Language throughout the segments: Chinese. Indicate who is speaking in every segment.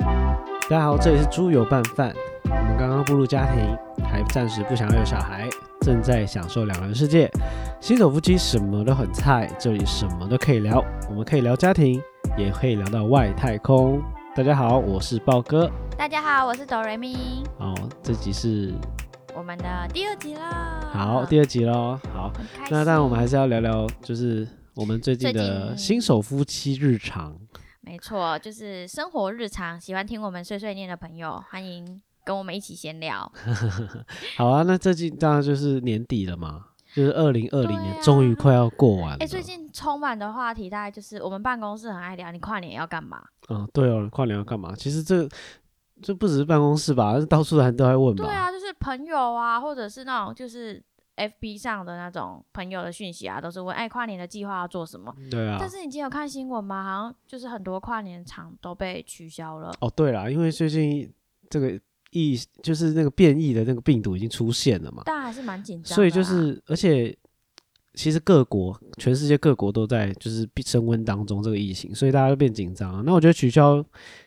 Speaker 1: 大家好，这里是猪油拌饭。我们刚刚步入家庭，还暂时不想要有小孩，正在享受两人世界。新手夫妻什么都很菜，这里什么都可以聊。我们可以聊家庭，也可以聊到外太空。大家好，我是豹哥。
Speaker 2: 大家好，我是哆瑞咪，
Speaker 1: 哦，这集是
Speaker 2: 我们的第二集啦。
Speaker 1: 好第二集喽。好，
Speaker 2: 很开心
Speaker 1: 那但我们还是要聊聊，就是我们最近
Speaker 2: 最
Speaker 1: 的
Speaker 2: 近
Speaker 1: 新手夫妻日常。
Speaker 2: 没错，就是生活日常，喜欢听我们碎碎念的朋友，欢迎跟我们一起闲聊。
Speaker 1: 好啊，那最近当然就是年底了嘛，就是二零二零
Speaker 2: 对
Speaker 1: 年
Speaker 2: 啊
Speaker 1: 终于快要过完了。
Speaker 2: 哎、最近充满的话题大概就是我们办公室很爱聊，你跨年要干嘛？
Speaker 1: 嗯，对哦，跨年要干嘛？其实这这不只是办公室吧， 到处人都在问吧。
Speaker 2: 对啊，就是朋友啊，或者是那种就是。F B 上的那种朋友的讯息啊，都是问哎跨年的计划要做什么。
Speaker 1: 对啊
Speaker 2: 但是你今天有看新闻吗？好像就是很多跨年场都被取消了。
Speaker 1: 哦，对啦，因为最近这个疫就是那个变异的那个病毒已经出现了嘛，
Speaker 2: 但还是蛮紧张的啦。啊
Speaker 1: 所以就是而且其实各国全世界各国都在就是升温当中这个疫情，所以大家都变紧张了。那我觉得取消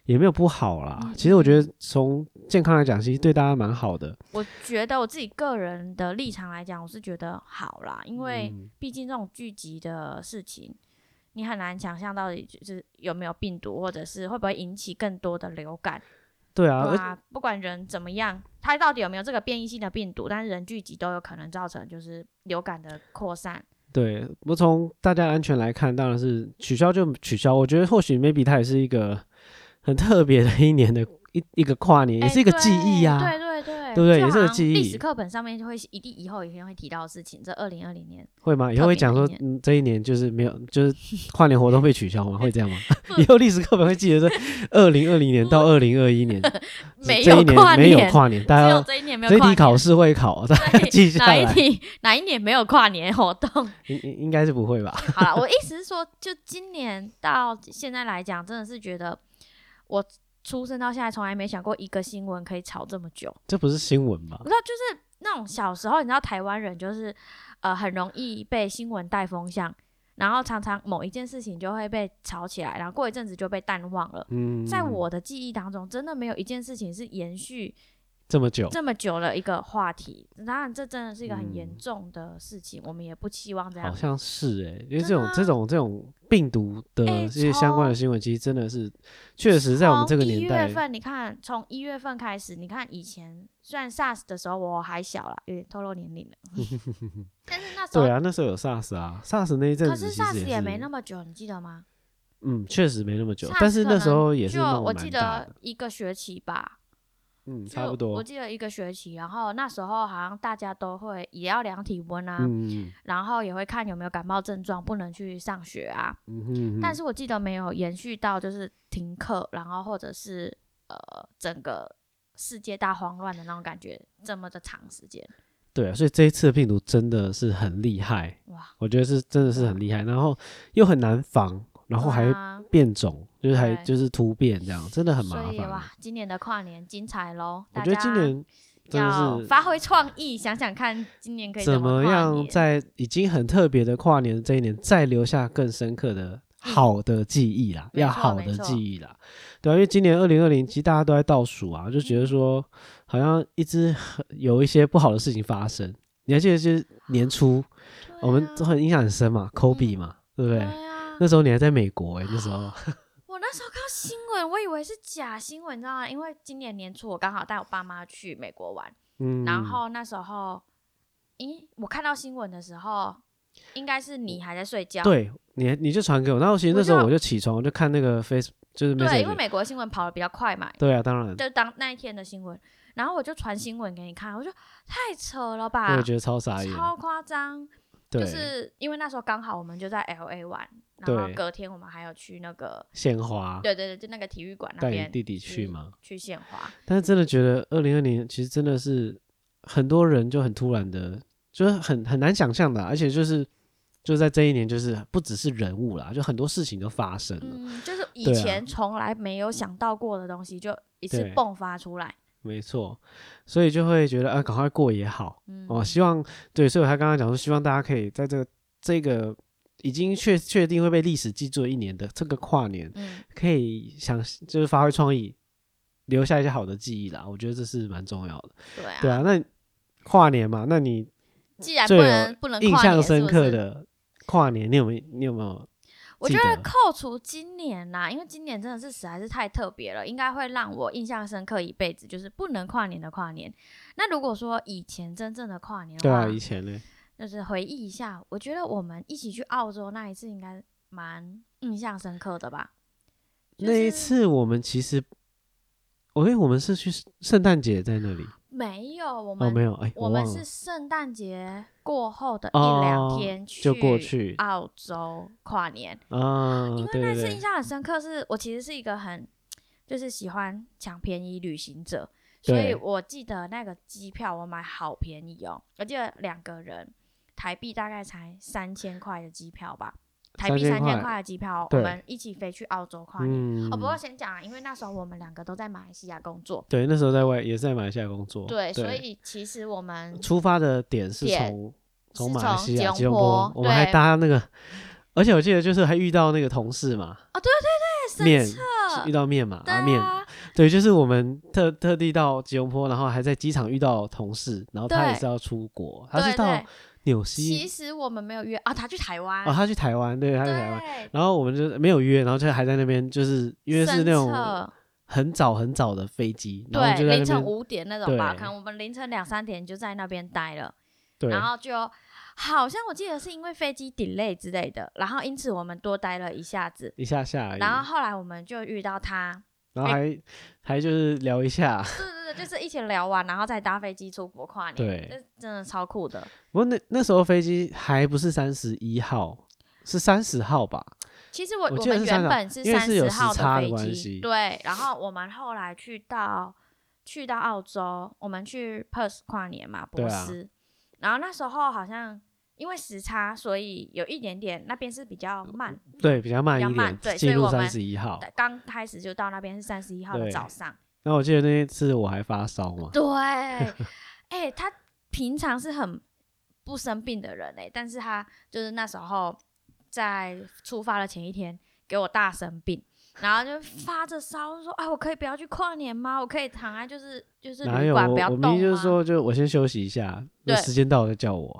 Speaker 1: 也没有不好啦，
Speaker 2: 嗯
Speaker 1: 其实我觉得从健康来讲，其实对大家蛮好的。
Speaker 2: 我觉得我自己个人的立场来讲，我是觉得好啦，因为
Speaker 1: 嗯
Speaker 2: 毕竟这种聚集的事情，你很难想象到底就是有没有病毒，或者是会不会引起更多的流感。
Speaker 1: 对啊，而
Speaker 2: 对啊，不管人怎么样，它到底有没有这个变异性的病毒，但是人聚集都有可能造成就是流感的扩散。
Speaker 1: 对，我从大家安全来看，当然是取消就取消。我觉得或许 maybe 它也是一个很特别的一年的一一个跨年，也
Speaker 2: 哎
Speaker 1: 是一个记忆啊呀、
Speaker 2: 对对对
Speaker 1: 对
Speaker 2: 对，
Speaker 1: 不对
Speaker 2: 就
Speaker 1: 也是个
Speaker 2: 好像
Speaker 1: 记忆
Speaker 2: 历史课本上面就会一定以后一定会提到的事情，这二零二零年
Speaker 1: 会吗？以
Speaker 2: 特
Speaker 1: 后会
Speaker 2: 别的
Speaker 1: 讲
Speaker 2: 一
Speaker 1: 说，
Speaker 2: 年
Speaker 1: 嗯，这一年就是没有，就是跨年活动被取消 吗？会这样吗？ 以后历史课本会记得是二零二零年到二零二一 年，
Speaker 2: 没
Speaker 1: 这
Speaker 2: 有
Speaker 1: 一年
Speaker 2: 跨
Speaker 1: 没有
Speaker 2: 年
Speaker 1: 跨年，大
Speaker 2: 只
Speaker 1: 家
Speaker 2: 有
Speaker 1: 要
Speaker 2: 这一年没有
Speaker 1: 这一
Speaker 2: 跨
Speaker 1: 题
Speaker 2: 年。
Speaker 1: 考试会考，大 家
Speaker 2: 对
Speaker 1: 记下
Speaker 2: 哪一
Speaker 1: 来，
Speaker 2: 题 哪一年没有跨年活动？
Speaker 1: 应应应该是不会吧？
Speaker 2: 好了，我意思是说，就今年到现在来讲，真的是觉得我出生到现在从来没想过一个新闻可以吵这么久。
Speaker 1: 这不是新闻吧
Speaker 2: 我？知道，就是那种小时候，你知道台湾人就是呃很容易被新闻带风向，然后常常某一件事情就会被吵起来，然后过一阵子就被淡忘了。
Speaker 1: 嗯，
Speaker 2: 在我的记忆当中，真的没有一件事情是延续
Speaker 1: 这么久，
Speaker 2: 这么久了一个话题。当然，这真的是一个很
Speaker 1: 嗯
Speaker 2: 严重的事情，我们也不期望这样
Speaker 1: 好。像是哎、因为
Speaker 2: 真
Speaker 1: 这种
Speaker 2: 的啊
Speaker 1: 这种这种病毒的
Speaker 2: 哎
Speaker 1: 这些相关的
Speaker 2: 超
Speaker 1: 新闻，其实真的是确实在我们这个
Speaker 2: 从一
Speaker 1: 年
Speaker 2: 月
Speaker 1: 代，
Speaker 2: 份，你看从一月份开始，你看以前虽然 SARS 的时候我还小啦，有点透露年 龄了，但是那时候、
Speaker 1: 对啊，那时候有 SARS 啊，SARS 那一阵
Speaker 2: 可
Speaker 1: 子
Speaker 2: 是
Speaker 1: 其实
Speaker 2: SARS 也
Speaker 1: 是
Speaker 2: 没那么久，你记得吗？
Speaker 1: 嗯，确实没那么久
Speaker 2: SARS，
Speaker 1: 但是
Speaker 2: 可
Speaker 1: 那时
Speaker 2: 能
Speaker 1: 候也是
Speaker 2: 就
Speaker 1: 弄
Speaker 2: 我
Speaker 1: 蛮
Speaker 2: 记
Speaker 1: 大
Speaker 2: 得
Speaker 1: 的，
Speaker 2: 一个学期吧，
Speaker 1: 嗯，
Speaker 2: 就
Speaker 1: 差不
Speaker 2: 我
Speaker 1: 多，
Speaker 2: 记得一个学期，然后那时候好像大家都会也要量体温啊，
Speaker 1: 嗯
Speaker 2: 然后也会看有没有感冒症状，不能去上学啊。
Speaker 1: 嗯哼
Speaker 2: 但
Speaker 1: 是
Speaker 2: 是我记得没有延续到就是停课，然后或者是呃整个世界大慌乱的那种感觉，这么的长时间，
Speaker 1: 对啊，所以这一次的病毒真的是很厉害，
Speaker 2: 哇！
Speaker 1: 我觉得是真的是很厉害，然后又很难防，然后还
Speaker 2: 对
Speaker 1: 会
Speaker 2: 啊
Speaker 1: 变种，就是还
Speaker 2: 对
Speaker 1: 就是突变这样，真的很麻
Speaker 2: 所以
Speaker 1: 烦。啊
Speaker 2: 哇，今年的跨年精彩喽！
Speaker 1: 我
Speaker 2: 大
Speaker 1: 觉得今
Speaker 2: 家
Speaker 1: 年真的
Speaker 2: 要
Speaker 1: 是
Speaker 2: 发挥创意，想想看今年可以
Speaker 1: 怎
Speaker 2: 么
Speaker 1: 么
Speaker 2: 跨
Speaker 1: 样
Speaker 2: 年
Speaker 1: 在已经很特别的跨年这一年，再留下更深刻的好的记忆啦，
Speaker 2: 嗯没
Speaker 1: 要
Speaker 2: 错
Speaker 1: 好
Speaker 2: 没
Speaker 1: 的
Speaker 2: 错
Speaker 1: 记忆啦，对啊，因为今年二零二零，其实大家都在倒数啊，就
Speaker 2: 嗯
Speaker 1: 觉得说好像一直很有一些不好的事情发生。你还记得就是年初、
Speaker 2: 对
Speaker 1: 我们
Speaker 2: 啊嗯
Speaker 1: 都很印象很深嘛，Kobe 嘛，对不
Speaker 2: 对
Speaker 1: 对？
Speaker 2: 啊，哦
Speaker 1: 那时候你还在美国哎、那时候
Speaker 2: 我那时候看到新闻，我以为是假新闻，你知道吗？因为今年年初我刚好带我爸妈去美国玩，
Speaker 1: 嗯，
Speaker 2: 然后那时候，咦，我看到新闻的时候，应该是你还在睡觉。
Speaker 1: 对你你就传给我，然后其实那
Speaker 2: 我
Speaker 1: 时候
Speaker 2: 就
Speaker 1: 我就起床，我就看那个 Face 就是
Speaker 2: 对，因为
Speaker 1: Messenger，
Speaker 2: 美国新闻跑的比较快嘛，
Speaker 1: 对啊，当然，
Speaker 2: 就当那一天的新闻，然后我就传新闻给你看，我就太扯了吧，
Speaker 1: 我也觉得超傻眼，
Speaker 2: 啊超夸张。
Speaker 1: 对，
Speaker 2: 就是因为那时候刚好我们就在 L A 玩，然后
Speaker 1: 对
Speaker 2: 隔天我们还有去那个，
Speaker 1: 献花，
Speaker 2: 对对对，就那个体育馆那
Speaker 1: 带你
Speaker 2: 边
Speaker 1: 弟弟
Speaker 2: 是
Speaker 1: 去吗？
Speaker 2: 去献花。
Speaker 1: 但是真的觉得二零二零其实真的是很多人就很突然的，就是很很难想象的啊、而且就是就在这一年，就是不只是人物啦，就很多事情都发生了。
Speaker 2: 嗯，就是以
Speaker 1: 对啊
Speaker 2: 前从来没有想到过的东西，就一次
Speaker 1: 对
Speaker 2: 迸发出来。
Speaker 1: 没错，所以就会觉得啊，赶快过也好
Speaker 2: 嗯，
Speaker 1: 哦。希望对，所以我才刚刚讲说，希望大家可以在这个这个已经确确定会被历史记住的一年的这个跨年，
Speaker 2: 嗯，
Speaker 1: 可以想就是发挥创意，留下一些好的记忆啦。我觉得这是蛮重要的。
Speaker 2: 对啊，
Speaker 1: 对啊，那跨年嘛，那你
Speaker 2: 既然不
Speaker 1: 最有
Speaker 2: 能不能
Speaker 1: 印
Speaker 2: 呃跨
Speaker 1: 象
Speaker 2: 年，是啊
Speaker 1: 深
Speaker 2: 不
Speaker 1: 刻
Speaker 2: 是？
Speaker 1: 的跨年，你有没有你有没有？
Speaker 2: 我
Speaker 1: 记
Speaker 2: 觉得
Speaker 1: 得
Speaker 2: 扣除今年啦、因为今年真的是实在是太特别了，应该会让我印象深刻一辈子，就是不能跨年的跨年。那如果说以前真正的跨年的
Speaker 1: 对
Speaker 2: 话，
Speaker 1: 啊，以前呢？
Speaker 2: 就是回忆一下，我觉得我们一起去澳洲那一次应该蛮印象深刻的吧。就是
Speaker 1: 那一次我们其实，我因为我们是去圣诞节在那里
Speaker 2: 没有，我
Speaker 1: 哦，
Speaker 2: 们、
Speaker 1: 没有，哎，
Speaker 2: 我
Speaker 1: 忘
Speaker 2: 们
Speaker 1: 了
Speaker 2: 是圣诞节过后的一
Speaker 1: 哦
Speaker 2: 两天去
Speaker 1: 就过去
Speaker 2: 澳洲跨年，
Speaker 1: 啊，
Speaker 2: 因为
Speaker 1: 对
Speaker 2: 那
Speaker 1: 对
Speaker 2: 次印
Speaker 1: 对，
Speaker 2: 象很深刻是，我其实是一个很就是喜欢抢便宜旅行者，所以
Speaker 1: 对
Speaker 2: 我记得那个机票我买好便宜哦，我记得两个人台币大概才三千块的机票吧，台币三
Speaker 1: 3000
Speaker 2: 千
Speaker 1: 块
Speaker 2: 块的机票哦，我
Speaker 1: 对
Speaker 2: 们一起飞去澳洲跨年。
Speaker 1: 嗯
Speaker 2: 哦，不过先讲啊，因为那时候我们两个都在马来西亚工作，
Speaker 1: 对，那时候在外也是在马来西亚工作，
Speaker 2: 对，所以其实我们
Speaker 1: 出发的点是
Speaker 2: 点
Speaker 1: 从
Speaker 2: 是
Speaker 1: 从马来
Speaker 2: 从
Speaker 1: 西
Speaker 2: 吉
Speaker 1: 亚
Speaker 2: 隆
Speaker 1: 吉隆
Speaker 2: 坡
Speaker 1: 坡，我们还
Speaker 2: 对
Speaker 1: 搭那个，而且我记得就是还遇到那个同事嘛，
Speaker 2: 哦
Speaker 1: 对对对，面是遇到面嘛，
Speaker 2: 对
Speaker 1: 面
Speaker 2: 啊，
Speaker 1: 对，就是我们特特地到吉隆坡，然后还在机场遇到同事，然后他也
Speaker 2: 对
Speaker 1: 是要出国，他
Speaker 2: 对
Speaker 1: 是到
Speaker 2: 对，
Speaker 1: 纽
Speaker 2: 其
Speaker 1: 西
Speaker 2: 实我们没有约啊，他去台湾，
Speaker 1: 哦，他去台湾，对，他去台湾。
Speaker 2: 对，
Speaker 1: 然后我们就没有约，然后就还在那边，就是因为是
Speaker 2: 深
Speaker 1: 那种
Speaker 2: 测
Speaker 1: 很早很早的飞机，然后
Speaker 2: 对，
Speaker 1: 就在
Speaker 2: 凌
Speaker 1: 那
Speaker 2: 晨
Speaker 1: 边
Speaker 2: 五点那种吧，
Speaker 1: 对
Speaker 2: 可能我们凌晨两三点就在那边待了，
Speaker 1: 对，
Speaker 2: 然后就好像我记得是因为飞机 delay 之类的，然后因此我们多待了一下子，
Speaker 1: 一下下而已，
Speaker 2: 然后后来我们就遇到他，
Speaker 1: 然后还还就是聊一下，
Speaker 2: 对对对，就是一起聊完，然后再搭飞机出国跨年，
Speaker 1: 对
Speaker 2: 这真的超酷的。
Speaker 1: 不过那那时候飞机还不是三十一号，是三十号吧？
Speaker 2: 其实我
Speaker 1: 我
Speaker 2: 我
Speaker 1: 记得
Speaker 2: 们
Speaker 1: 是
Speaker 2: 原
Speaker 1: 30
Speaker 2: 本是
Speaker 1: 因为
Speaker 2: 三
Speaker 1: 是有
Speaker 2: 十
Speaker 1: 时
Speaker 2: 号
Speaker 1: 差的
Speaker 2: 飞
Speaker 1: 关
Speaker 2: 机，
Speaker 1: 系
Speaker 2: 对，然后我们后来去到去到澳洲，我们去 Perth 跨年嘛，
Speaker 1: 对
Speaker 2: 博
Speaker 1: 啊
Speaker 2: 斯，然后那时候好像因为时差，所以有一点点那边是比较慢，
Speaker 1: 对，比较慢
Speaker 2: 比较
Speaker 1: 一
Speaker 2: 慢
Speaker 1: 点
Speaker 2: 对，所
Speaker 1: 进
Speaker 2: 以
Speaker 1: 入
Speaker 2: 我们
Speaker 1: 三十一号。
Speaker 2: 刚开始就到那边是三十一号的
Speaker 1: 对
Speaker 2: 早上，
Speaker 1: 然后我记得那一次我还发烧嘛，
Speaker 2: 对，哎、他平常是很不生病的人哎、但是他就是那时候在出发的前一天给我大生病，然后就发着烧说：“哎，我可以不要去跨年吗？我可以躺在就是就是
Speaker 1: 哪
Speaker 2: 旅
Speaker 1: 有我
Speaker 2: 馆不要
Speaker 1: 我
Speaker 2: 动
Speaker 1: 明
Speaker 2: 吗？”
Speaker 1: 明就是说，就我先休息一下，那
Speaker 2: 对
Speaker 1: 时间到了再叫我。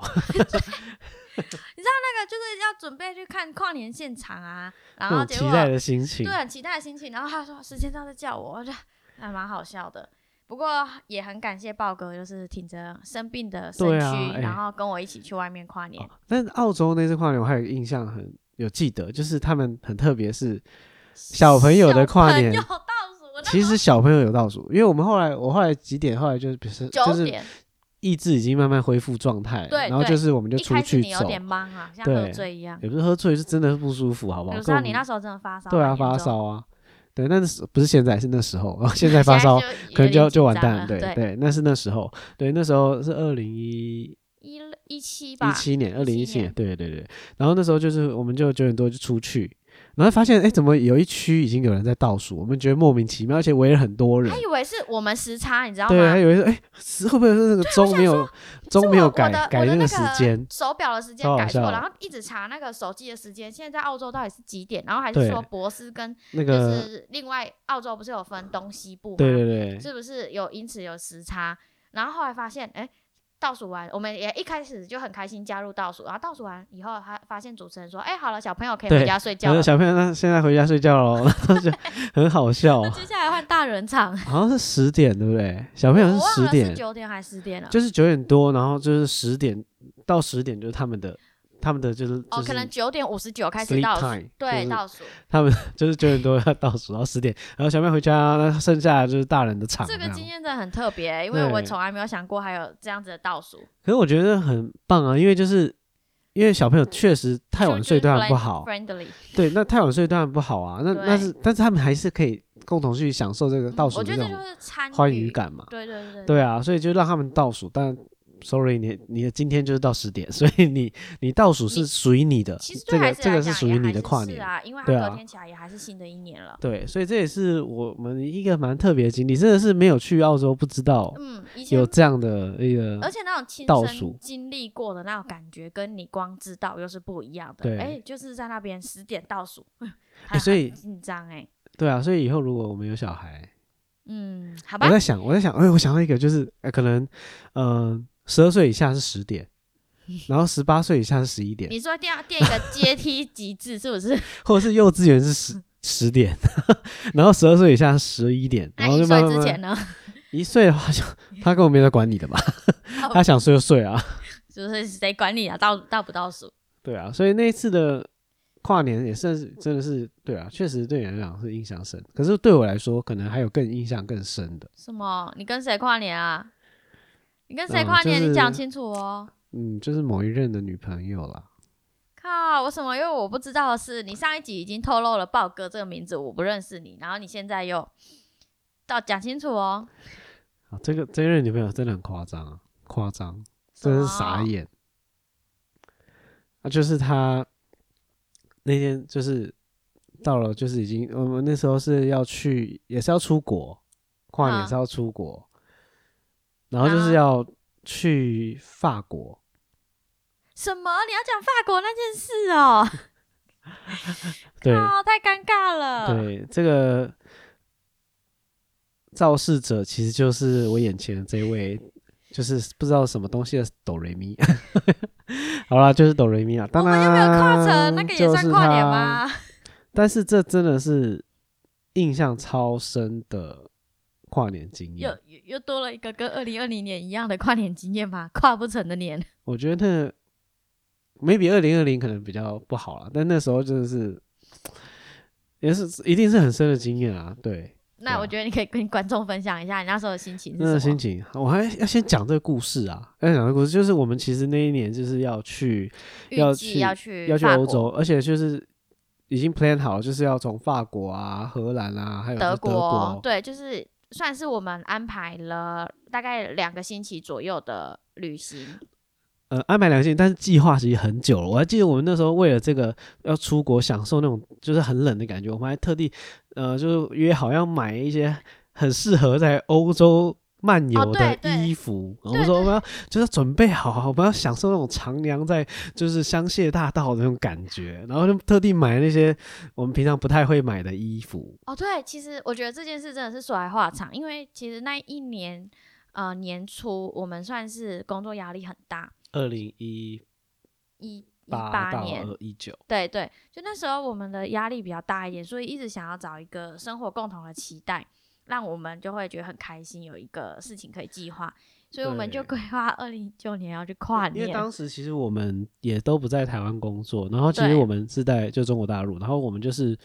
Speaker 2: 那个就是要准备去看跨年现场啊，然后
Speaker 1: 那种
Speaker 2: 结
Speaker 1: 期
Speaker 2: 果
Speaker 1: 待的心情
Speaker 2: 对，，很期待的心情。然后他说时间到再叫我，我就还蛮好笑的。不过也很感谢豹哥，就是挺着生病的身
Speaker 1: 对
Speaker 2: 躯，
Speaker 1: 啊哎
Speaker 2: 然后跟我一起去外面跨年。
Speaker 1: 哦但是澳洲那次跨年，我还有一个印象很有记得，就是他们很特别，是小朋友的跨年
Speaker 2: 小朋友倒数那
Speaker 1: 其实小朋友有倒数，因为我们后来我后来几点，后来就是就是就
Speaker 2: 九
Speaker 1: 是
Speaker 2: 点，
Speaker 1: 意志已经慢慢恢复状态了，
Speaker 2: 对
Speaker 1: 然后
Speaker 2: 对
Speaker 1: 就是我们就
Speaker 2: 一
Speaker 1: 出
Speaker 2: 开始
Speaker 1: 去
Speaker 2: 你有
Speaker 1: 走，
Speaker 2: 点懵啊，像
Speaker 1: 对
Speaker 2: 喝醉一样。
Speaker 1: 也不是喝醉，是真的不舒服，好不好？
Speaker 2: 有时
Speaker 1: 跟
Speaker 2: 候
Speaker 1: 我
Speaker 2: 你
Speaker 1: 们
Speaker 2: 那时候真的发烧，
Speaker 1: 对啊，发，烧啊，对，那是不是现在是那时 候，然后现在发烧
Speaker 2: 现在有
Speaker 1: 可能就
Speaker 2: 点
Speaker 1: 就完
Speaker 2: 紧张
Speaker 1: 蛋
Speaker 2: 了
Speaker 1: 了，对
Speaker 2: 对，
Speaker 1: 对，那是那时候，对，那时候是二零一
Speaker 2: 一一七吧
Speaker 1: 一，七年，二零一
Speaker 2: 17
Speaker 1: 七
Speaker 2: 年
Speaker 1: 年，对对对，然后那时候就是我们就九点多就出去。然后发现，哎，怎么有一区已经有人在倒数？我们觉得莫名其妙，而且围了很多人
Speaker 2: 他。以为是我们时差，你知道
Speaker 1: 对，还
Speaker 2: 吗？
Speaker 1: 以为是哎，是会不会是那个钟没有
Speaker 2: 是
Speaker 1: 钟
Speaker 2: 我
Speaker 1: 没有
Speaker 2: 我
Speaker 1: 改
Speaker 2: 的
Speaker 1: 改
Speaker 2: 我的
Speaker 1: 那
Speaker 2: 那
Speaker 1: 个时间？
Speaker 2: 手表的时间
Speaker 1: 超好
Speaker 2: 改错，
Speaker 1: 笑
Speaker 2: 然后一直查那个手机的时间，现在在澳洲到底是几点？然后还是
Speaker 1: 对
Speaker 2: 说博斯跟
Speaker 1: 那
Speaker 2: 就
Speaker 1: 个
Speaker 2: 是另外澳洲不是有分东西部吗？
Speaker 1: 对对对，
Speaker 2: 是不是有因此有时差？然后后来发现，哎、倒数完，我们也一开始就很开心加入倒数，然后倒数完以后，他发现主持人说，哎、好了，小朋友可以回
Speaker 1: 对
Speaker 2: 家睡觉
Speaker 1: 然
Speaker 2: 了
Speaker 1: 后。小朋友那现在回家睡觉喽，然后 就很好笑
Speaker 2: 那，接下来换大人场，
Speaker 1: 好像是十点对不对？小朋
Speaker 2: 我
Speaker 1: 友是
Speaker 2: 忘
Speaker 1: 十
Speaker 2: 了是
Speaker 1: 点，
Speaker 2: 九点还是十点了。
Speaker 1: 就是九点多，然后就是十点到十点就是他们的他们的就是
Speaker 2: 哦，
Speaker 1: 就
Speaker 2: 可能
Speaker 1: 是
Speaker 2: 九点五十九开始
Speaker 1: sleep
Speaker 2: 倒数，
Speaker 1: time，
Speaker 2: 对，
Speaker 1: 就是
Speaker 2: 倒数。
Speaker 1: 就是九点多要倒数到十点，然后小朋友回家，那剩下的就是大人的场
Speaker 2: 这
Speaker 1: 这
Speaker 2: 个
Speaker 1: 样。
Speaker 2: 经验真的很特别、因为
Speaker 1: 啊对
Speaker 2: 我从来没有想过还有这样子的倒数。
Speaker 1: 可是我觉得很棒啊，因为就是。因为小朋友确实太晚睡当然不好，
Speaker 2: friendly，
Speaker 1: 对，那太晚睡当然不好啊。那
Speaker 2: 对嗯
Speaker 1: 但是但是他们还是可以共同去享受这个倒数
Speaker 2: 我
Speaker 1: 的
Speaker 2: 觉
Speaker 1: 这
Speaker 2: 得这就
Speaker 1: 种
Speaker 2: 是参嗯
Speaker 1: 欢愉。感嘛。
Speaker 2: 对对对
Speaker 1: 对啊，所以就让他们倒数，但 sorry，你你的今天就是到十点，所以你你倒数
Speaker 2: 你
Speaker 1: 是属于你的，
Speaker 2: 其实对
Speaker 1: 这
Speaker 2: 孩
Speaker 1: 个
Speaker 2: 子
Speaker 1: 这
Speaker 2: 来
Speaker 1: 个
Speaker 2: 讲也
Speaker 1: 属于
Speaker 2: 还
Speaker 1: 你的
Speaker 2: 是
Speaker 1: 跨
Speaker 2: 是
Speaker 1: 年。
Speaker 2: 啊，因为他
Speaker 1: 对
Speaker 2: 隔
Speaker 1: 啊
Speaker 2: 天起来也还是新的一年了。
Speaker 1: 对，所以这也是我们一个蛮特别的经历，真的是没有去澳洲不知道
Speaker 2: 嗯，以前
Speaker 1: 有这样的一个
Speaker 2: 而且那种
Speaker 1: 嗯
Speaker 2: 亲
Speaker 1: 倒
Speaker 2: 身
Speaker 1: 数
Speaker 2: 经历过的那种感觉，跟你光知道又是不一样的。
Speaker 1: 对
Speaker 2: 哎、就是在那边十点倒数，
Speaker 1: 所以
Speaker 2: 很紧张哎。
Speaker 1: 对啊，所以以后如果我们有小孩，
Speaker 2: 嗯，好吧
Speaker 1: 我，在想，我在想，哎，我想到一个，就是、呃、可能，呃，十二岁以下是十 点，然后十八岁以下是十一点，
Speaker 2: 你说一定要垫一个阶梯极致是不是？
Speaker 1: 或者是幼稚园是 十十点，然后十二岁以下是十一点，
Speaker 2: 那
Speaker 1: 然后
Speaker 2: 一
Speaker 1: 就
Speaker 2: 岁
Speaker 1: 慢慢
Speaker 2: 之
Speaker 1: 慢
Speaker 2: 前呢？
Speaker 1: 一岁的话就他根本没在管你 的吧，他想睡就睡啊，
Speaker 2: 就是谁管你啊？倒倒不倒数？
Speaker 1: 对啊，所以那一次的跨年也算是真的是对啊，确实对你来讲是印象深，可是对我来说可能还有更印象更深的，
Speaker 2: 什么？你跟谁跨年啊？你跟谁
Speaker 1: 嗯
Speaker 2: 跨
Speaker 1: 就
Speaker 2: 年？你讲
Speaker 1: 是
Speaker 2: 清楚哦。
Speaker 1: 嗯，就是某一任的女朋友啦，
Speaker 2: 靠！我什么？因为我不知道的是，你上一集已经透露了豹哥这个名字，我不认识你，然后你现在又到讲清楚哦。
Speaker 1: 啊，这个这任女朋友真的很夸张啊，夸张，真是傻
Speaker 2: 什么。
Speaker 1: 眼。啊，就是他那天就是到了，就是已经我们那时候是要去，也是要出国，跨年
Speaker 2: 嗯
Speaker 1: 是要出国，然后就是
Speaker 2: 啊
Speaker 1: 要去法国，
Speaker 2: 什么？你要讲法国那件事哦？
Speaker 1: 对
Speaker 2: 靠！太尴尬了。
Speaker 1: 对，这个肇事者其实就是我眼前的这位，就是不知道什么东西的哆瑞咪。 好啦，就是哆瑞咪啦。
Speaker 2: 我
Speaker 1: 当
Speaker 2: 们
Speaker 1: 然，
Speaker 2: 又没有跨城，那个也
Speaker 1: 就是
Speaker 2: 算跨年
Speaker 1: 他嗯
Speaker 2: 吗？
Speaker 1: 但是这真的是印象超深的跨年经
Speaker 2: 又
Speaker 1: 验。
Speaker 2: 又又多了一个跟二零二零年一样的跨年经验吗？跨不成的年，
Speaker 1: 我觉得 maybe 二零二零可能比较不好啦，但那时候真的是也是一定是很深的经验啊。对，对
Speaker 2: 那
Speaker 1: 啊
Speaker 2: 我觉得你可以跟观众分享一下你那时候的心情是
Speaker 1: 那
Speaker 2: 什
Speaker 1: 心
Speaker 2: 么。
Speaker 1: 情，我还要先讲这个故事啊，要讲这个故事，就是我们其实那一年就是要去要
Speaker 2: 预计
Speaker 1: 去
Speaker 2: 要去
Speaker 1: 要去
Speaker 2: 法
Speaker 1: 欧
Speaker 2: 国
Speaker 1: 洲，而且就是已经 plan 好了，就是要从法国啊、荷兰啊，还有就是
Speaker 2: 德哦
Speaker 1: 国，
Speaker 2: 对，就是算是我们安排了大概两个星期左右的旅行。
Speaker 1: 呃，安排良心，但是计划其实很久了。我还记得我们那时候为了这个要出国，享受那种就是很冷的感觉，我们还特地呃就是约好要买一些很适合在欧洲漫游的
Speaker 2: 哦对对
Speaker 1: 衣服。我
Speaker 2: 对
Speaker 1: 们说我们要就是要准备好，我们要享受那种徜徉在就是香榭大道的那种感觉，然后就特地买那些我们平常不太会买的衣服。
Speaker 2: 哦，对，其实我觉得这件事真的是说来话长，因为其实那一年呃年初我们算是工作压力很大，
Speaker 1: 二零一
Speaker 2: 一一
Speaker 1: 八
Speaker 2: 八
Speaker 1: 到
Speaker 2: 年
Speaker 1: 二一九，
Speaker 2: 对对，就那时候我们的压力比较大一点，所以一直想要找一个生活共同的期待，让我们就会觉得很开心，有一个事情可以计划，所以我们就规
Speaker 1: 对
Speaker 2: 划二零一九年要去跨
Speaker 1: 因为
Speaker 2: 年。
Speaker 1: 当时其实我们也都不在台湾工作，然后其实
Speaker 2: 对
Speaker 1: 我们是在就中国大陆，然后我们就是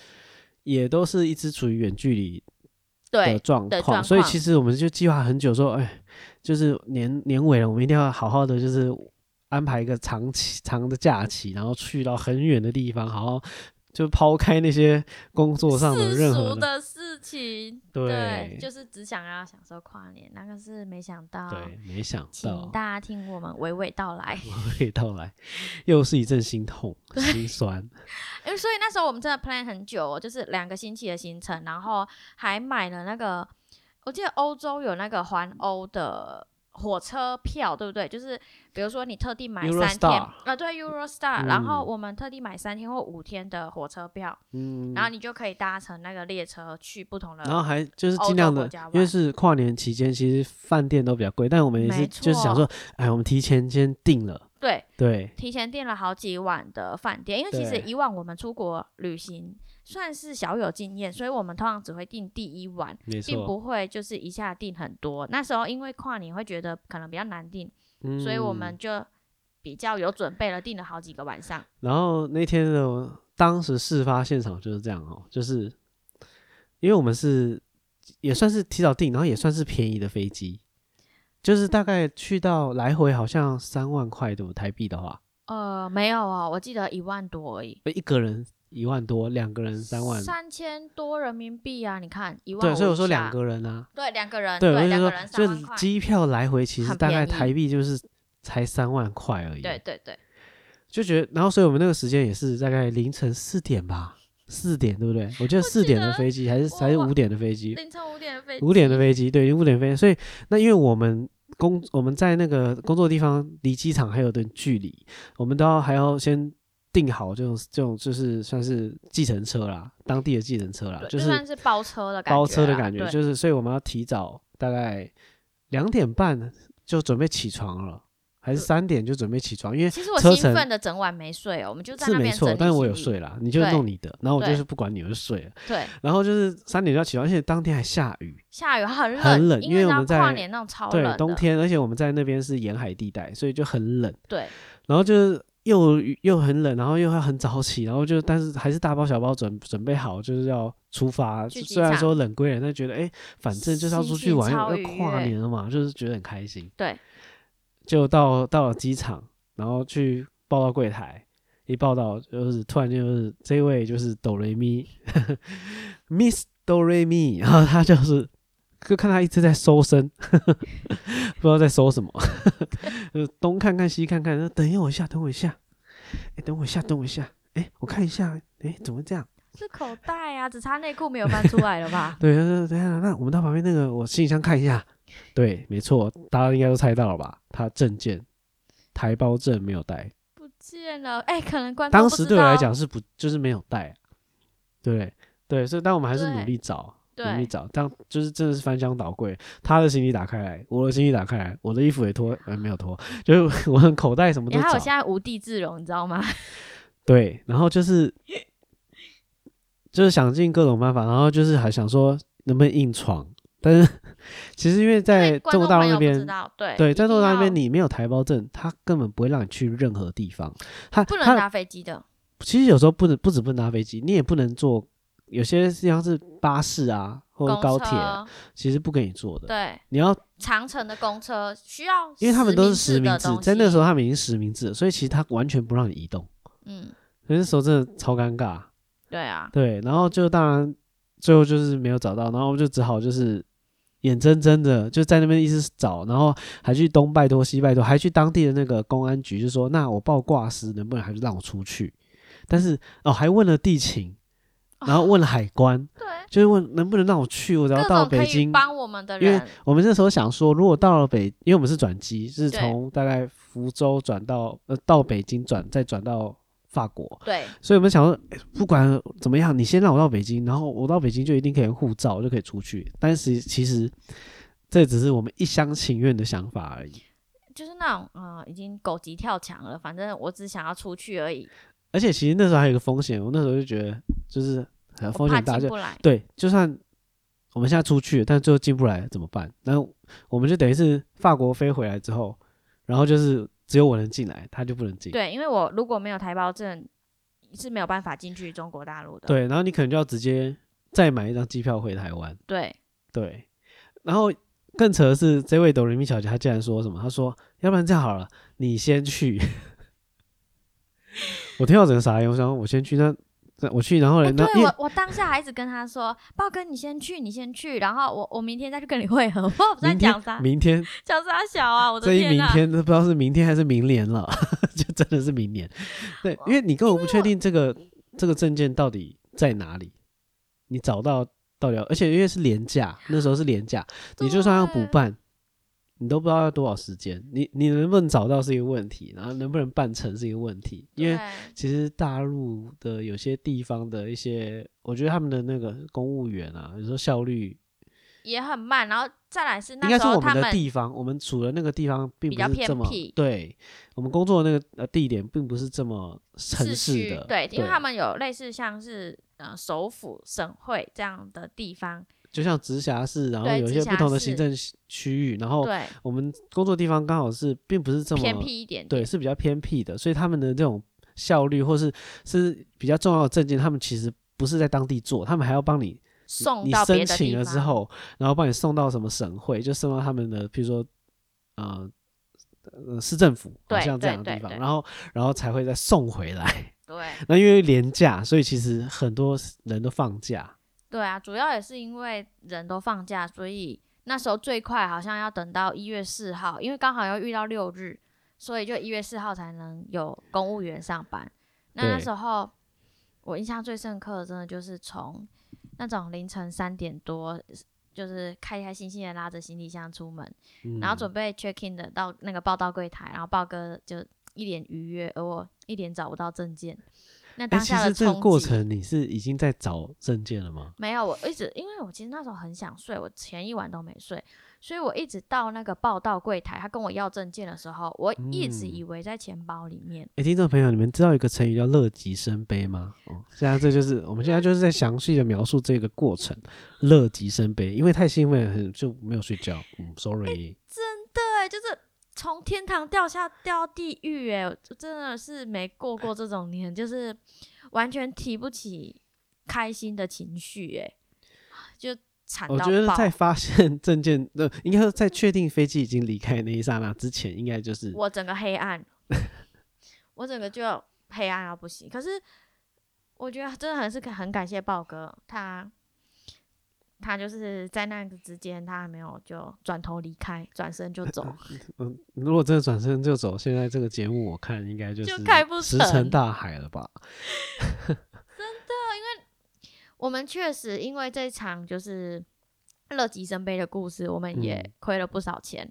Speaker 1: 也都是一直处于远距离的
Speaker 2: 对
Speaker 1: 状
Speaker 2: 的
Speaker 1: 况，
Speaker 2: 状
Speaker 1: 所以
Speaker 2: 况
Speaker 1: 其实我们就计划很久说，哎，就是年年尾了，我们一定要好好的就是安排一个长期长的假期，然后去到很远的地方，好好就抛开那些工作上的
Speaker 2: 世
Speaker 1: 任何
Speaker 2: 俗的事情，对，
Speaker 1: 对
Speaker 2: 就是只想要享受跨年，那个是没想到。
Speaker 1: 对，没想
Speaker 2: 请
Speaker 1: 到
Speaker 2: 大家听我们娓娓道来，
Speaker 1: 味道来，又是一阵心痛、心酸。
Speaker 2: 因为所以那时候我们真的 plan 很久、哦，就是两个星期的行程，然后还买了那个，我记得欧洲有那个环欧的火车票，对不对？就是比如说你特地买三天
Speaker 1: Eurostar
Speaker 2: 啊、对 Eurostar，、
Speaker 1: 嗯
Speaker 2: 然后我们特地买三天或五天的火车票，
Speaker 1: 嗯，啊
Speaker 2: 然后你就可以搭乘那个列车去不同的。
Speaker 1: 然后还就是
Speaker 2: 嗯欧
Speaker 1: 尽量
Speaker 2: 洲国
Speaker 1: 的
Speaker 2: 家，
Speaker 1: 因为
Speaker 2: 玩
Speaker 1: 是跨年期间，其实饭店都比较贵，但我们也
Speaker 2: 没
Speaker 1: 是就是想说，哎，我们提前先订了，
Speaker 2: 对，
Speaker 1: 对，
Speaker 2: 提前订了好几晚的饭店，因为其实
Speaker 1: 对
Speaker 2: 以往我们出国旅行算是小有经验，所以我们通常只会订第一晚。
Speaker 1: 没
Speaker 2: 并
Speaker 1: 错，
Speaker 2: 不会就是一下订很多。那时候因为跨年会觉得可能比较难订，所以我
Speaker 1: 嗯
Speaker 2: 们就比较有准备了，订了好几个晚上。
Speaker 1: 然后那天的当时事发现场就是这样哦，就是因为我们是也算是提早订，然后也算是便宜的飞机，
Speaker 2: 嗯
Speaker 1: 就是大概去到来回好像三万块对不台币的话，
Speaker 2: 呃，没有哦，我记得一万多而已，
Speaker 1: 一个人一万多，两个人三万，
Speaker 2: 三千多人民币啊！你看一万，
Speaker 1: 对，所以我说两，个人啊，
Speaker 2: 对，两个人，
Speaker 1: 对，我就
Speaker 2: 两
Speaker 1: 说
Speaker 2: 个人，三
Speaker 1: 就
Speaker 2: 万
Speaker 1: 是
Speaker 2: 块，
Speaker 1: 机票来回其实
Speaker 2: 很
Speaker 1: 大
Speaker 2: 便
Speaker 1: 概
Speaker 2: 宜
Speaker 1: 台币就是才三万块而已，
Speaker 2: 对，对对，
Speaker 1: 就觉得，然后所以我们那个时间也是大概凌晨四点吧，四点对不对？我记得四点的
Speaker 2: 得
Speaker 1: 飞机还是
Speaker 2: 我
Speaker 1: 还是
Speaker 2: 忘
Speaker 1: 五点的飞机，
Speaker 2: 凌晨五点的飞机，
Speaker 1: 五点的飞机，对，五点飞机，所以那因为我们工我们在那个工作地方离机场还有段距离，我们都要还要先订好这种这种就是算是计程车啦，当地的计程车啦，
Speaker 2: 对
Speaker 1: 啊就是
Speaker 2: 算是包车的感觉啦，
Speaker 1: 包车的感觉，
Speaker 2: 对
Speaker 1: 就是所以我们要提早大概两点半就准备起床了，还是
Speaker 2: 对
Speaker 1: 三点就准备起床，因为
Speaker 2: 其实我
Speaker 1: 车
Speaker 2: 兴
Speaker 1: 程
Speaker 2: 奋的整晚没睡哦，我们就在
Speaker 1: 是
Speaker 2: 那
Speaker 1: 没
Speaker 2: 边整
Speaker 1: 错
Speaker 2: 理，
Speaker 1: 但是我有
Speaker 2: 行李，
Speaker 1: 睡啦，你就
Speaker 2: 对
Speaker 1: 弄你的，然后我就
Speaker 2: 对
Speaker 1: 是不管你，我就睡了，
Speaker 2: 对，
Speaker 1: 然后就是三点就要起床，而且当天还下雨，
Speaker 2: 下雨很冷，
Speaker 1: 很冷因
Speaker 2: 因
Speaker 1: 为
Speaker 2: 知
Speaker 1: 我
Speaker 2: 道
Speaker 1: 们在
Speaker 2: 跨年那种超冷
Speaker 1: 对，
Speaker 2: 的，
Speaker 1: 冬天，而且我们在那边是沿海地带，所以就很冷，
Speaker 2: 对
Speaker 1: 然后就是。又又很冷，然后又要很早起，然后就但是还是大包小包准准备好，就是要出发。
Speaker 2: 去机
Speaker 1: 虽然
Speaker 2: 场
Speaker 1: 说冷归冷，但觉得哎、反正就是要
Speaker 2: 心
Speaker 1: 出去
Speaker 2: 情
Speaker 1: 玩，
Speaker 2: 超
Speaker 1: 要
Speaker 2: 愉
Speaker 1: 跨
Speaker 2: 悦
Speaker 1: 年了嘛，就是觉得很开心。
Speaker 2: 对，
Speaker 1: 就到到了机场，然后去报到柜台，一报到就是突然间就是这位就是哆瑞咪 ，Miss 哆瑞咪，然后他就是就看他一直在搜身， 不知道在搜什么，就是东看看西看看，说等我一下，等我一下，哎，等我一下，等我一下，哎，我看一下，哎，怎么这样？？
Speaker 2: 是口袋啊，只差内裤没有翻出来了吧
Speaker 1: 对，他说等一下，那我们到旁边那个我行李箱看一下。对，没错，大家应该都猜到了吧？他证件台胞证没有带。
Speaker 2: 不见了，哎，可能观众
Speaker 1: 当
Speaker 2: 不
Speaker 1: 时
Speaker 2: 知
Speaker 1: 对我来
Speaker 2: 道，
Speaker 1: 讲是不就是没有带、对不对对，所以但我们还是
Speaker 2: 对
Speaker 1: 努力找，努力
Speaker 2: 对，
Speaker 1: 找，当就是真的是翻箱倒柜，他的行李打开来，我的行李打开来，我的衣服也脱，呃没有脱，就是 我的口袋什么都
Speaker 2: 你看我
Speaker 1: 找，
Speaker 2: 现在无地自容，你知道吗？
Speaker 1: 对，然后就是就是想尽各种办法，然后就是还想说能不能硬闯，但是其实因为
Speaker 2: 因为
Speaker 1: 在
Speaker 2: 观
Speaker 1: 中国
Speaker 2: 众
Speaker 1: 大陆那
Speaker 2: 朋友不知
Speaker 1: 边。
Speaker 2: 道，对
Speaker 1: 对，
Speaker 2: 对，
Speaker 1: 在中
Speaker 2: 一
Speaker 1: 国
Speaker 2: 定
Speaker 1: 大陆那边
Speaker 2: 要
Speaker 1: 你没有台胞证，他根本不会让你去任何地方。他
Speaker 2: 不
Speaker 1: 他
Speaker 2: 能搭飞机的，
Speaker 1: 其实有时候不能不止不能搭飞机，你也不能坐，有些地方是巴士啊或者
Speaker 2: 公
Speaker 1: 高铁啊、
Speaker 2: 车
Speaker 1: 其实不给你坐的。
Speaker 2: 对，
Speaker 1: 你要，
Speaker 2: 长城的公车需要，
Speaker 1: 因为他们都是实名
Speaker 2: 的
Speaker 1: 制
Speaker 2: 东，西，
Speaker 1: 在那个时候他们已经实名制了，所以其实他完全不让你移动，
Speaker 2: 嗯，
Speaker 1: 所以那时候真的超尴尬。
Speaker 2: 对啊，
Speaker 1: 对，然后就当然最后就是没有找到，然后我就只好就是眼睁睁的就在那边一直找，然后还去东拜托西拜托，还去当地的那个公安局，就说那我报挂失，能不能还是让我出去？但是哦，还问了地勤，然后问了海关，
Speaker 2: 对，
Speaker 1: 就是问能不能让我去，我只要
Speaker 2: 各
Speaker 1: 到
Speaker 2: 种可
Speaker 1: 北
Speaker 2: 以
Speaker 1: 京。
Speaker 2: 帮我们的
Speaker 1: 因为
Speaker 2: 人，
Speaker 1: 我们那时候想说，如果到了北，因为我们是转机，是
Speaker 2: 对
Speaker 1: 从大概福州转到呃到北京转，再转到法国，
Speaker 2: 对，
Speaker 1: 所以我们想说，哎不管怎么样，你先让我到北京，然后我到北京就一定可以护照，就可以出去。但是其实这只是我们一厢情愿的想法而已。
Speaker 2: 就是那种呃，已经狗急跳墙了，反正我只想要出去而已，
Speaker 1: 而且其实那时候还有一个风险，我那时候就觉得就是呃
Speaker 2: 我
Speaker 1: 风
Speaker 2: 怕
Speaker 1: 险大，
Speaker 2: 进
Speaker 1: 就
Speaker 2: 不来，
Speaker 1: 对，就算我们现在出去，但最后进不来怎么办？然后我们就等于是法国飞回来之后，然后就是只有我能进来，他就不能进。
Speaker 2: 对，因为我如果没有台胞证是没有办法进去中国大陆的，
Speaker 1: 对，然后你可能就要直接再买一张机票回台湾。
Speaker 2: 对，
Speaker 1: 对，然后更扯的是，这位哆瑞咪小姐她竟然说什么？她说：“要不然这样好了，你先去。”我听到整个傻眼，我想说我先去，那那我去，然后
Speaker 2: 哎
Speaker 1: 呢？那
Speaker 2: 对
Speaker 1: 因为
Speaker 2: 我我当下还一直跟他说，豹哥你先去，你先去，然后我我明天再去跟你会合， 我不知道我在
Speaker 1: 明天
Speaker 2: 讲啥，
Speaker 1: 明天
Speaker 2: 讲啥小啊，我的
Speaker 1: 这一
Speaker 2: 天
Speaker 1: 明
Speaker 2: 呐、
Speaker 1: 天都不知道是明天还是明年了， 就真的是明年。对，因为你根本不确定这个这个证件到底在哪里，你找到到底要，而且因为是廉价，那时候是廉 价，你就算要补
Speaker 2: 对
Speaker 1: 办，你都不知道要多少时间。你你能不能找到是一个问题，然后能不能办成是一个问题，因为
Speaker 2: 对
Speaker 1: 其实大陆的有些地方的一些，我觉得他们的那个公务员啊，有时候效率
Speaker 2: 也很慢，然后再来是
Speaker 1: 应
Speaker 2: 那
Speaker 1: 该
Speaker 2: 时
Speaker 1: 说
Speaker 2: 候
Speaker 1: 我
Speaker 2: 他
Speaker 1: 们
Speaker 2: 们
Speaker 1: 的地方，我们处的那个地方并
Speaker 2: 比
Speaker 1: 不
Speaker 2: 较
Speaker 1: 是
Speaker 2: 偏
Speaker 1: 这么
Speaker 2: 僻
Speaker 1: 对，我们工作的那个呃地点并不是这么城
Speaker 2: 市
Speaker 1: 市
Speaker 2: 区
Speaker 1: 的，
Speaker 2: 对，因为他们有类似像是呃首府、省会这样的地方，
Speaker 1: 就像直辖市，然后
Speaker 2: 对
Speaker 1: 有一
Speaker 2: 直
Speaker 1: 些不
Speaker 2: 辖
Speaker 1: 同的
Speaker 2: 市
Speaker 1: 行政区区域，然后
Speaker 2: 对，
Speaker 1: 我们工作地方刚好是并不是哦这么
Speaker 2: 偏僻一点点，
Speaker 1: 对，是比较偏僻的，所以他们的这种效率或是是比较重要的证件，他们其实不是在当地做，他们还要帮你
Speaker 2: 送
Speaker 1: 你
Speaker 2: 到别
Speaker 1: 申
Speaker 2: 的
Speaker 1: 请
Speaker 2: 地
Speaker 1: 了之
Speaker 2: 方。
Speaker 1: 后，然后帮你送到什么省会，就送到他们的，譬如说，呃，呃市政府，好
Speaker 2: 对
Speaker 1: 像这
Speaker 2: 对
Speaker 1: 样的
Speaker 2: 对
Speaker 1: 地方，
Speaker 2: 对
Speaker 1: 然后然后才会再送回来。
Speaker 2: 对
Speaker 1: 那因为廉价，所以其实很多人都放假，
Speaker 2: 对啊，主要也是因为人都放假，所以那时候最快好像要等到一月四号，因为刚好要遇到六日，所以就一月四号才能有公务员上班。那那
Speaker 1: 对
Speaker 2: 时候我印象最深刻的，真的就是从那种凌晨三点多，就是开开心心的拉着行李箱出门，
Speaker 1: 嗯、
Speaker 2: 然后准备 check in 的到那个报到柜台，然后豹哥就一脸愉悦，而我一脸找不到证件。那
Speaker 1: 哎、
Speaker 2: 当
Speaker 1: 其
Speaker 2: 下
Speaker 1: 实
Speaker 2: 的
Speaker 1: 这个
Speaker 2: 冲
Speaker 1: 过
Speaker 2: 击
Speaker 1: 程你是已经在找证件了吗？
Speaker 2: 没有，我一直因为我其实那时候很想睡，我前一晚都没睡，所以我一直到那个报到柜台，他跟我要证件的时候，我一直
Speaker 1: 嗯
Speaker 2: 以为在钱包里面。
Speaker 1: 哎、听众朋友，你们知道一个成语叫“乐极生悲”吗？哦，现在这就是我们现在就是在详细的描述这个过程，乐极生悲，因为太兴奋了很就没有睡觉。嗯，sorry，
Speaker 2: 对，就是从天堂掉下掉地狱，哎，我真的是没过过这种年，就是完全提不起开心的情绪，哎，就惨
Speaker 1: 我
Speaker 2: 到
Speaker 1: 觉得
Speaker 2: 爆。
Speaker 1: 在发现 证件，呃，应该说在确定飞机已经离开的那一刹那之前，应该就是
Speaker 2: 我整个黑暗， 我整个就黑暗到不行。可是我觉得真的很是很感谢豹哥，他他就是在那个之间，他还没有就转头离开，转身就 走，
Speaker 1: 嗯，如果真的转身就走，现在这个节目我看应该就
Speaker 2: 就是开不
Speaker 1: 石
Speaker 2: 成
Speaker 1: 沉大海了吧？
Speaker 2: 我们确实因为这场就是乐极生悲的故事，我们也
Speaker 1: 嗯
Speaker 2: 亏了不少钱，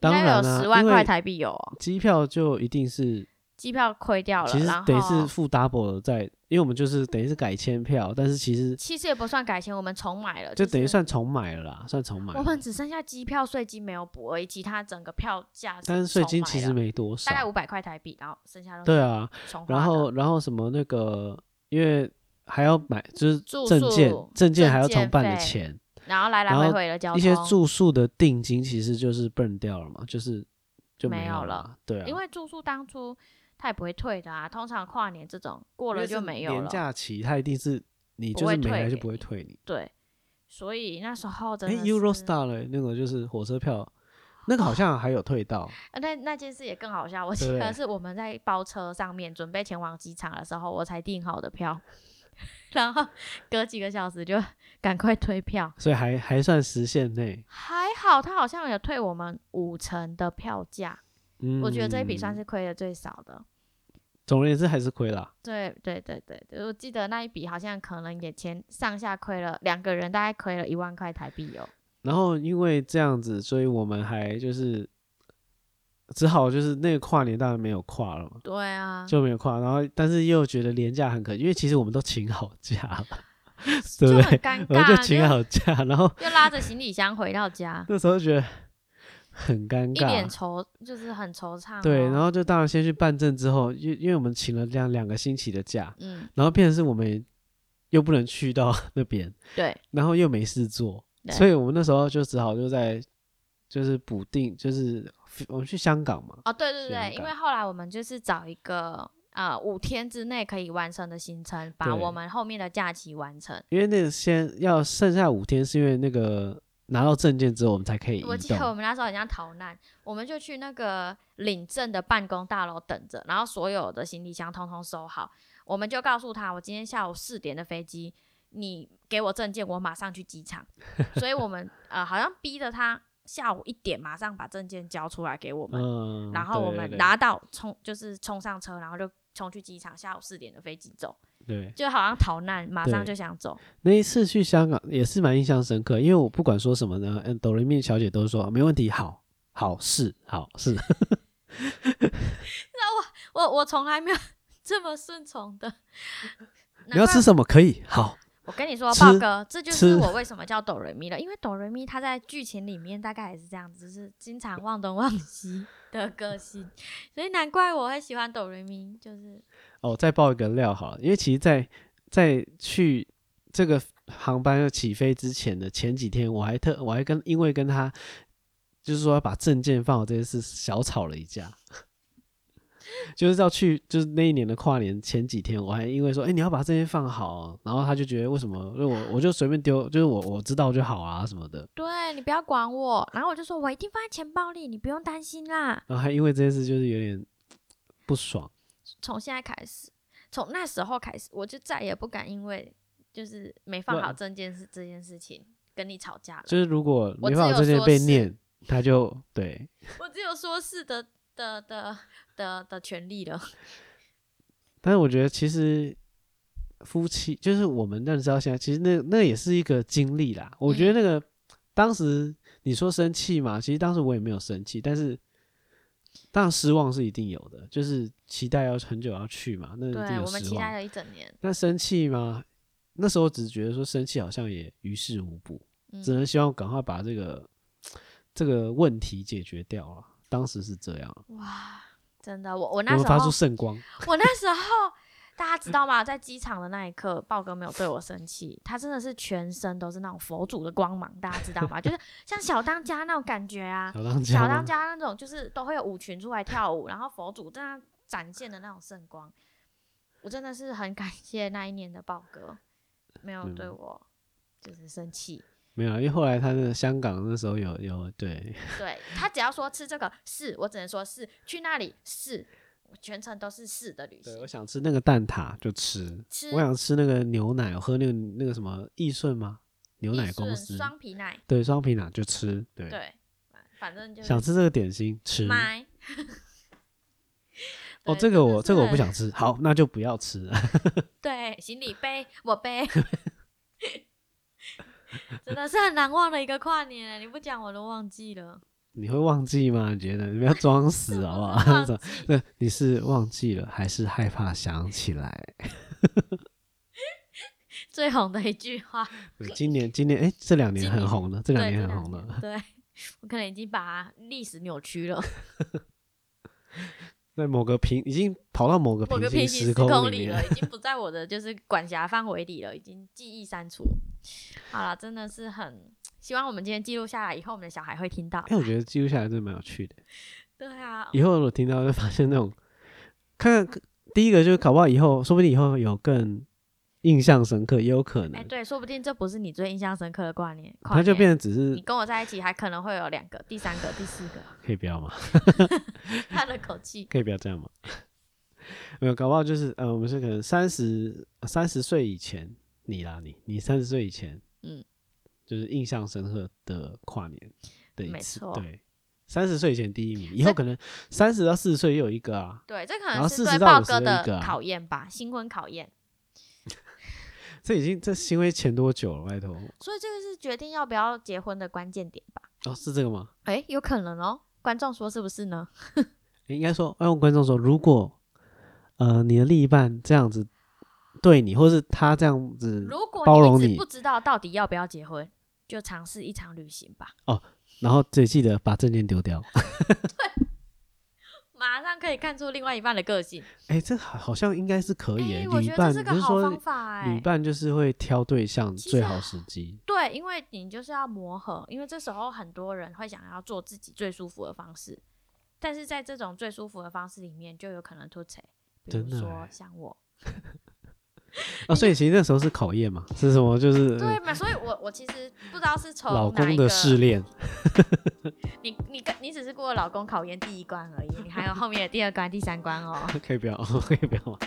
Speaker 1: 当
Speaker 2: 应该
Speaker 1: 然
Speaker 2: 有
Speaker 1: 啦、
Speaker 2: 十万
Speaker 1: 因为
Speaker 2: 块台币有、哦，
Speaker 1: 机票就一定是，
Speaker 2: 机票亏掉了，
Speaker 1: 其实
Speaker 2: 然
Speaker 1: 等于是
Speaker 2: 后
Speaker 1: 付 double 在，因为我们就是等于是改签票，但是其实
Speaker 2: 其实也不算改签，我们重买了，
Speaker 1: 就等于
Speaker 2: 是
Speaker 1: 算重买了啦，算重买了。
Speaker 2: 我们只剩下机票、税金没有补而已，其他整个票价
Speaker 1: 但是
Speaker 2: 重
Speaker 1: 税金
Speaker 2: 买
Speaker 1: 其
Speaker 2: 了
Speaker 1: 实没多
Speaker 2: 大概
Speaker 1: 少，
Speaker 2: 五百块台币，然后剩下都
Speaker 1: 对
Speaker 2: 是
Speaker 1: 啊，
Speaker 2: 重花的
Speaker 1: 然后然后什么那个，因为还要买就是
Speaker 2: 住
Speaker 1: 证件
Speaker 2: 宿，
Speaker 1: 证件还要
Speaker 2: 证件
Speaker 1: 重办的
Speaker 2: 费
Speaker 1: 钱，
Speaker 2: 然后来来
Speaker 1: 然
Speaker 2: 回
Speaker 1: 后
Speaker 2: 回的交通，
Speaker 1: 一些住宿的定金其实就是 burn 掉了嘛，就是就
Speaker 2: 没有
Speaker 1: 有
Speaker 2: 了
Speaker 1: 嘛，对啊，
Speaker 2: 因为住宿当初他也不会退的啊，通常跨年这种过
Speaker 1: 因
Speaker 2: 了
Speaker 1: 为
Speaker 2: 就是没有
Speaker 1: 年
Speaker 2: 了，
Speaker 1: 假期它一定是你
Speaker 2: 不
Speaker 1: 就
Speaker 2: 会
Speaker 1: 是没
Speaker 2: 退
Speaker 1: 来就
Speaker 2: 给
Speaker 1: 不会退你。
Speaker 2: 对，所以那时候真
Speaker 1: 哎
Speaker 2: 的是、
Speaker 1: ，Eurostar 嘞，那个就是火车 票，那个好像还有退到，
Speaker 2: 呃那那件事也更好笑，我
Speaker 1: 对
Speaker 2: 记
Speaker 1: 不
Speaker 2: 得
Speaker 1: 对
Speaker 2: 是我们在包车上面准备前往机场的时候，我才订好的票， 然后隔几个小时就赶快退票，
Speaker 1: 所以还还算时限内。
Speaker 2: 还好他好像有退我们五成的票价，
Speaker 1: 嗯，
Speaker 2: 我觉得这一笔算是亏的最少的。
Speaker 1: 总而言之还是亏啦。
Speaker 2: 对对对对，对我记得那一笔好像可能也前上下亏了两个人，大概亏了一万块台币哦。
Speaker 1: 然后因为这样子，所以我们还就是只好就是那个跨年当然没有跨了嘛，
Speaker 2: 对啊，
Speaker 1: 就没有跨。然后但是又觉得廉价很可，因为其实我们都请好假了，对
Speaker 2: 就
Speaker 1: 不对？
Speaker 2: 很尴
Speaker 1: 我们就
Speaker 2: 尬，
Speaker 1: 请好假，然后，
Speaker 2: 又拉着行李箱回到家
Speaker 1: 那时候觉得很尴
Speaker 2: 一
Speaker 1: 尬，
Speaker 2: 脸哦惆，就是很惆怅、
Speaker 1: 对，然
Speaker 2: 后
Speaker 1: 后就当然先去办证之后，因因为我们请了两两个星期的假，
Speaker 2: 嗯，
Speaker 1: 然后变成是我们又不能去到 那边，
Speaker 2: 对，
Speaker 1: 然后又没事做，
Speaker 2: 对
Speaker 1: 所以我们那时候就只好就在就是补定，就是我们去香港嘛，
Speaker 2: 哦，对对
Speaker 1: 香
Speaker 2: 对，因
Speaker 1: 港
Speaker 2: 为后来我们就是找一个呃五天之内可以完成的行程，把
Speaker 1: 对
Speaker 2: 我们后面的假期完成。
Speaker 1: 因为那个先要剩下五天，是因为那个拿到证件之后我们才可以移
Speaker 2: 我记得我
Speaker 1: 动。
Speaker 2: 们那时候很像逃难，我们就去那个领证的办公大楼等着，然后所有的行李箱通通收好，我们就告诉他，我今天下午四点的飞机，你给我证件，我马上去 机场。所以我们呃好像逼着他下午一点马上把证件交出来给我们，
Speaker 1: 嗯，
Speaker 2: 然后我
Speaker 1: 对
Speaker 2: 们
Speaker 1: 对
Speaker 2: 拿到冲就是冲上车，然后就冲去机场，下午四点的飞机走，
Speaker 1: 对
Speaker 2: 就好像逃难，马上
Speaker 1: 对
Speaker 2: 就想走。
Speaker 1: 那一次去香港也是蛮印象深刻，因为我不管说什么呢，嗯，哆瑞咪小姐都说没问题，好好是好是，
Speaker 2: 我我从来没有 这么顺从的。
Speaker 1: 你要
Speaker 2: 难怪
Speaker 1: 吃什么可以好，
Speaker 2: 我跟你说，
Speaker 1: 吃
Speaker 2: 豹哥，这就
Speaker 1: 吃
Speaker 2: 是我为什么叫哆瑞咪了，因为哆瑞咪他在剧情里面大概也是这样子，就是经常忘东忘西的个性，所以难怪我会喜欢哆瑞咪，就是
Speaker 1: 哦，再爆一个料好了，因为其实在，在去这个航班要起飞之前的前几天，我还特我还跟因为跟他就是说要把证件放好这件事小吵了一架， 就是要去就是那一年的跨年前几天，我还因为说哎、你要把证件放好哦，然后他就觉得为什么就我我就随便丢，就是我我知道就好啊什么的，
Speaker 2: 对你不要管我，然后我就说我一定放在钱包里，你不用担心啦，
Speaker 1: 然后还因为这件事就是有点不爽，
Speaker 2: 从现在开始，从那时候开始，我就再也不敢因为就是没放
Speaker 1: 对
Speaker 2: 好证件事这件事情跟你吵 架了，
Speaker 1: 就是如果
Speaker 2: 我
Speaker 1: 没
Speaker 2: 只
Speaker 1: 办
Speaker 2: 有
Speaker 1: 法证件
Speaker 2: 说
Speaker 1: 被
Speaker 2: 是
Speaker 1: 念，他就对。
Speaker 2: 我只有说是的的的的的权利了，
Speaker 1: 但是我觉得其实夫妻就是我们认识到现在，其实那那也是一个经历啦。我
Speaker 2: 嗯
Speaker 1: 觉得那个、当时你说生气嘛，其实当时我也没有生气，但是当然失望是一定有的，就是期待要很久要去嘛，那一定
Speaker 2: 对
Speaker 1: 有
Speaker 2: 我们
Speaker 1: 失
Speaker 2: 期待
Speaker 1: 望。
Speaker 2: 了一整年，
Speaker 1: 那生气吗？那时候只是觉得说生气好像也于事无补，
Speaker 2: 嗯
Speaker 1: 只能希望赶快把这个这个问题解决掉了。当时是这样，啊
Speaker 2: 哇，真的，我我
Speaker 1: 我
Speaker 2: 那
Speaker 1: 们
Speaker 2: 时
Speaker 1: 发出
Speaker 2: 候
Speaker 1: 圣光，
Speaker 2: 我那时候大家知道吗？在机场的那一刻，豹哥没有对我生气，他真的是全身都是那种佛祖的光芒，大家知道吗？就是像小当家那种感觉啊，
Speaker 1: 小当家
Speaker 2: 小
Speaker 1: 吗，
Speaker 2: 当家那种就是都会有舞群出来跳舞，然后佛祖在那展现的那种圣光，我真的是很感谢那一年的豹哥，没有
Speaker 1: 嗯
Speaker 2: 对我就是生气。
Speaker 1: 没有啊，因为后来他那个香港那时候有有对，
Speaker 2: 对他只要说吃这个是，我只能说是去那里是，我全程都是是的旅
Speaker 1: 对
Speaker 2: 行
Speaker 1: 我。想吃那个蛋挞就吃，
Speaker 2: 吃
Speaker 1: 我想吃那个牛奶，我喝那个那个什么益顺吗？牛
Speaker 2: 益
Speaker 1: 奶公
Speaker 2: 顺
Speaker 1: 司
Speaker 2: 双皮奶，
Speaker 1: 对双皮奶就吃，对，
Speaker 2: 对，反正就是
Speaker 1: 想吃这个点心吃。
Speaker 2: 买。
Speaker 1: 哦，
Speaker 2: 对
Speaker 1: 这个
Speaker 2: 真的
Speaker 1: 我
Speaker 2: 是
Speaker 1: 这个我不
Speaker 2: 很
Speaker 1: 想吃，好，那就不要吃了。
Speaker 2: 对，行李背我背， 真的是很难忘的一个跨年，欸你不讲我都忘记了。
Speaker 1: 你会忘记吗？你觉得你不要装死好不
Speaker 2: 我真
Speaker 1: 好？
Speaker 2: 的 忘
Speaker 1: 怎么
Speaker 2: 记
Speaker 1: 对，你是忘记了还是害怕想起来？
Speaker 2: 最红的一句 话，
Speaker 1: 对今年今年哎，这两年
Speaker 2: 今
Speaker 1: 很
Speaker 2: 年
Speaker 1: 红的，这
Speaker 2: 对，
Speaker 1: 两年很
Speaker 2: 这两
Speaker 1: 红的。
Speaker 2: 年对，我可能已经把历史扭曲了，
Speaker 1: 在某个平已经跑到某个
Speaker 2: 某
Speaker 1: 平
Speaker 2: 个平行
Speaker 1: 时
Speaker 2: 时空
Speaker 1: 里
Speaker 2: 里
Speaker 1: 面
Speaker 2: 了，，已经不在我的就是管辖范围里了，已经记忆删除。好了，真的是很希望我们今天记录下来，以后我们的小孩会听 到
Speaker 1: 哎、。我觉得记录下来真的蛮有趣的。
Speaker 2: 对啊，
Speaker 1: 以后我听到就发现那种，看看第一个就是搞不好以后，说不定以后有更印象深刻，也有可
Speaker 2: 哎、
Speaker 1: 能，
Speaker 2: 对，说不定这不是你最印象深刻的挂念，跨
Speaker 1: 它就
Speaker 2: 年
Speaker 1: 变成只是
Speaker 2: 你跟我在一起还可能会有两个、第三个、第四个。
Speaker 1: 可以不要吗？
Speaker 2: 叹了口气，
Speaker 1: 可以不要这样吗？ 没有，搞不好就是呃，我们是可能三十三十岁以前，你啦，你你三十岁以前，
Speaker 2: 嗯，
Speaker 1: 就是印象深刻的跨年的一
Speaker 2: 没
Speaker 1: 次，
Speaker 2: 错
Speaker 1: 对，三十岁以前第一名，以后可能三十到四十岁又有一个啊，
Speaker 2: 对，这可
Speaker 1: 然
Speaker 2: 能
Speaker 1: 后40
Speaker 2: 是对
Speaker 1: 到
Speaker 2: 豹
Speaker 1: 50
Speaker 2: 哥
Speaker 1: 的一个
Speaker 2: 的
Speaker 1: 啊
Speaker 2: 考验吧，新婚考验。
Speaker 1: 这已经这行为前多久了？拜托，
Speaker 2: 所以这个是决定要不要结婚的关键点吧？
Speaker 1: 哦，是这个吗？
Speaker 2: 哎、有可能哦，观众说是不是呢？
Speaker 1: 应该说，要用观众说，如果呃你的另一半这样子对你，或是他这样子，
Speaker 2: 如果
Speaker 1: 包容
Speaker 2: 你一
Speaker 1: 你
Speaker 2: 直不知道到底要不要结婚，就尝试一场旅行吧，
Speaker 1: 然后只记得把证件丢掉。
Speaker 2: 马上可以看出另外一半的个性。
Speaker 1: 哎、这好好像应该是可以、欸。
Speaker 2: 哎我
Speaker 1: 旅
Speaker 2: 觉得
Speaker 1: 伴
Speaker 2: 这是
Speaker 1: 不
Speaker 2: 个
Speaker 1: 是
Speaker 2: 好
Speaker 1: 说
Speaker 2: 方法哎、
Speaker 1: 旅伴就是会挑对象
Speaker 2: 其
Speaker 1: 最
Speaker 2: 实
Speaker 1: 好
Speaker 2: 啊
Speaker 1: 时机。
Speaker 2: 对，因为你就是要磨合，因为这时候很多人会想要做自己最舒服的方式，但是在这种最舒服的方式里面，就有可能凸槌，比如
Speaker 1: 真的
Speaker 2: 说
Speaker 1: 欸
Speaker 2: 像我，
Speaker 1: 啊，所以其实那时候是考验嘛， 是什么？就是
Speaker 2: 对嘛，所以我我其实不知道是从
Speaker 1: 老
Speaker 2: 哪
Speaker 1: 公
Speaker 2: 一
Speaker 1: 的
Speaker 2: 个，
Speaker 1: 试炼，
Speaker 2: 你你跟你只是过了老公考验第一关而已，你还有后面的第二关、第三关哦。
Speaker 1: 可以不要，可以不要吗？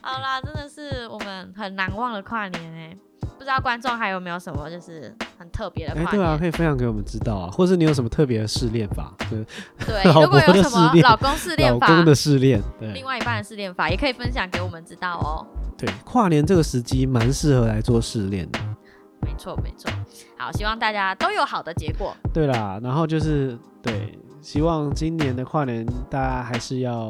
Speaker 2: 好啦，真的是我们很难忘的跨年哎、不知道观众还有没有什么就是很特别的
Speaker 1: 哎、
Speaker 2: 跨
Speaker 1: 对
Speaker 2: 年？
Speaker 1: 啊，可以分享给我们知道啊，或是你有什么特别的试炼法？对，
Speaker 2: 对
Speaker 1: 老
Speaker 2: 如果
Speaker 1: 婆
Speaker 2: 有
Speaker 1: 的
Speaker 2: 什么
Speaker 1: 试炼
Speaker 2: 老公试
Speaker 1: 老
Speaker 2: 炼法
Speaker 1: 公、的试炼，对
Speaker 2: 另外一半的试炼法，也可以分享给我们知道哦。
Speaker 1: 对，跨年这个时机蛮适合来做试炼的。
Speaker 2: 没错，没错。好，希望大家都有好的结果。
Speaker 1: 对啦，然后就是对，希望今年的跨年大家还是要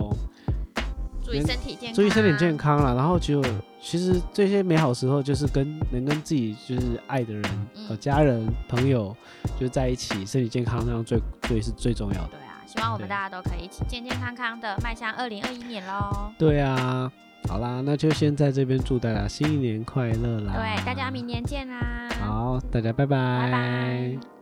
Speaker 2: 注意身体健康，
Speaker 1: 注意身体健。康啦，然后就其实这些美好时候就是跟能跟自己就是爱的人、
Speaker 2: 嗯
Speaker 1: 和家人、朋友就在一起，身体健康这样最最是最重要的。
Speaker 2: 对啊，希望我们
Speaker 1: 对
Speaker 2: 大家都可以一起健健康康的迈向二零二一年喽。
Speaker 1: 对啊，好啦，那就先在这边祝大家新年快乐啦！
Speaker 2: 对，大家明年见啦。
Speaker 1: 好，大家拜
Speaker 2: 拜拜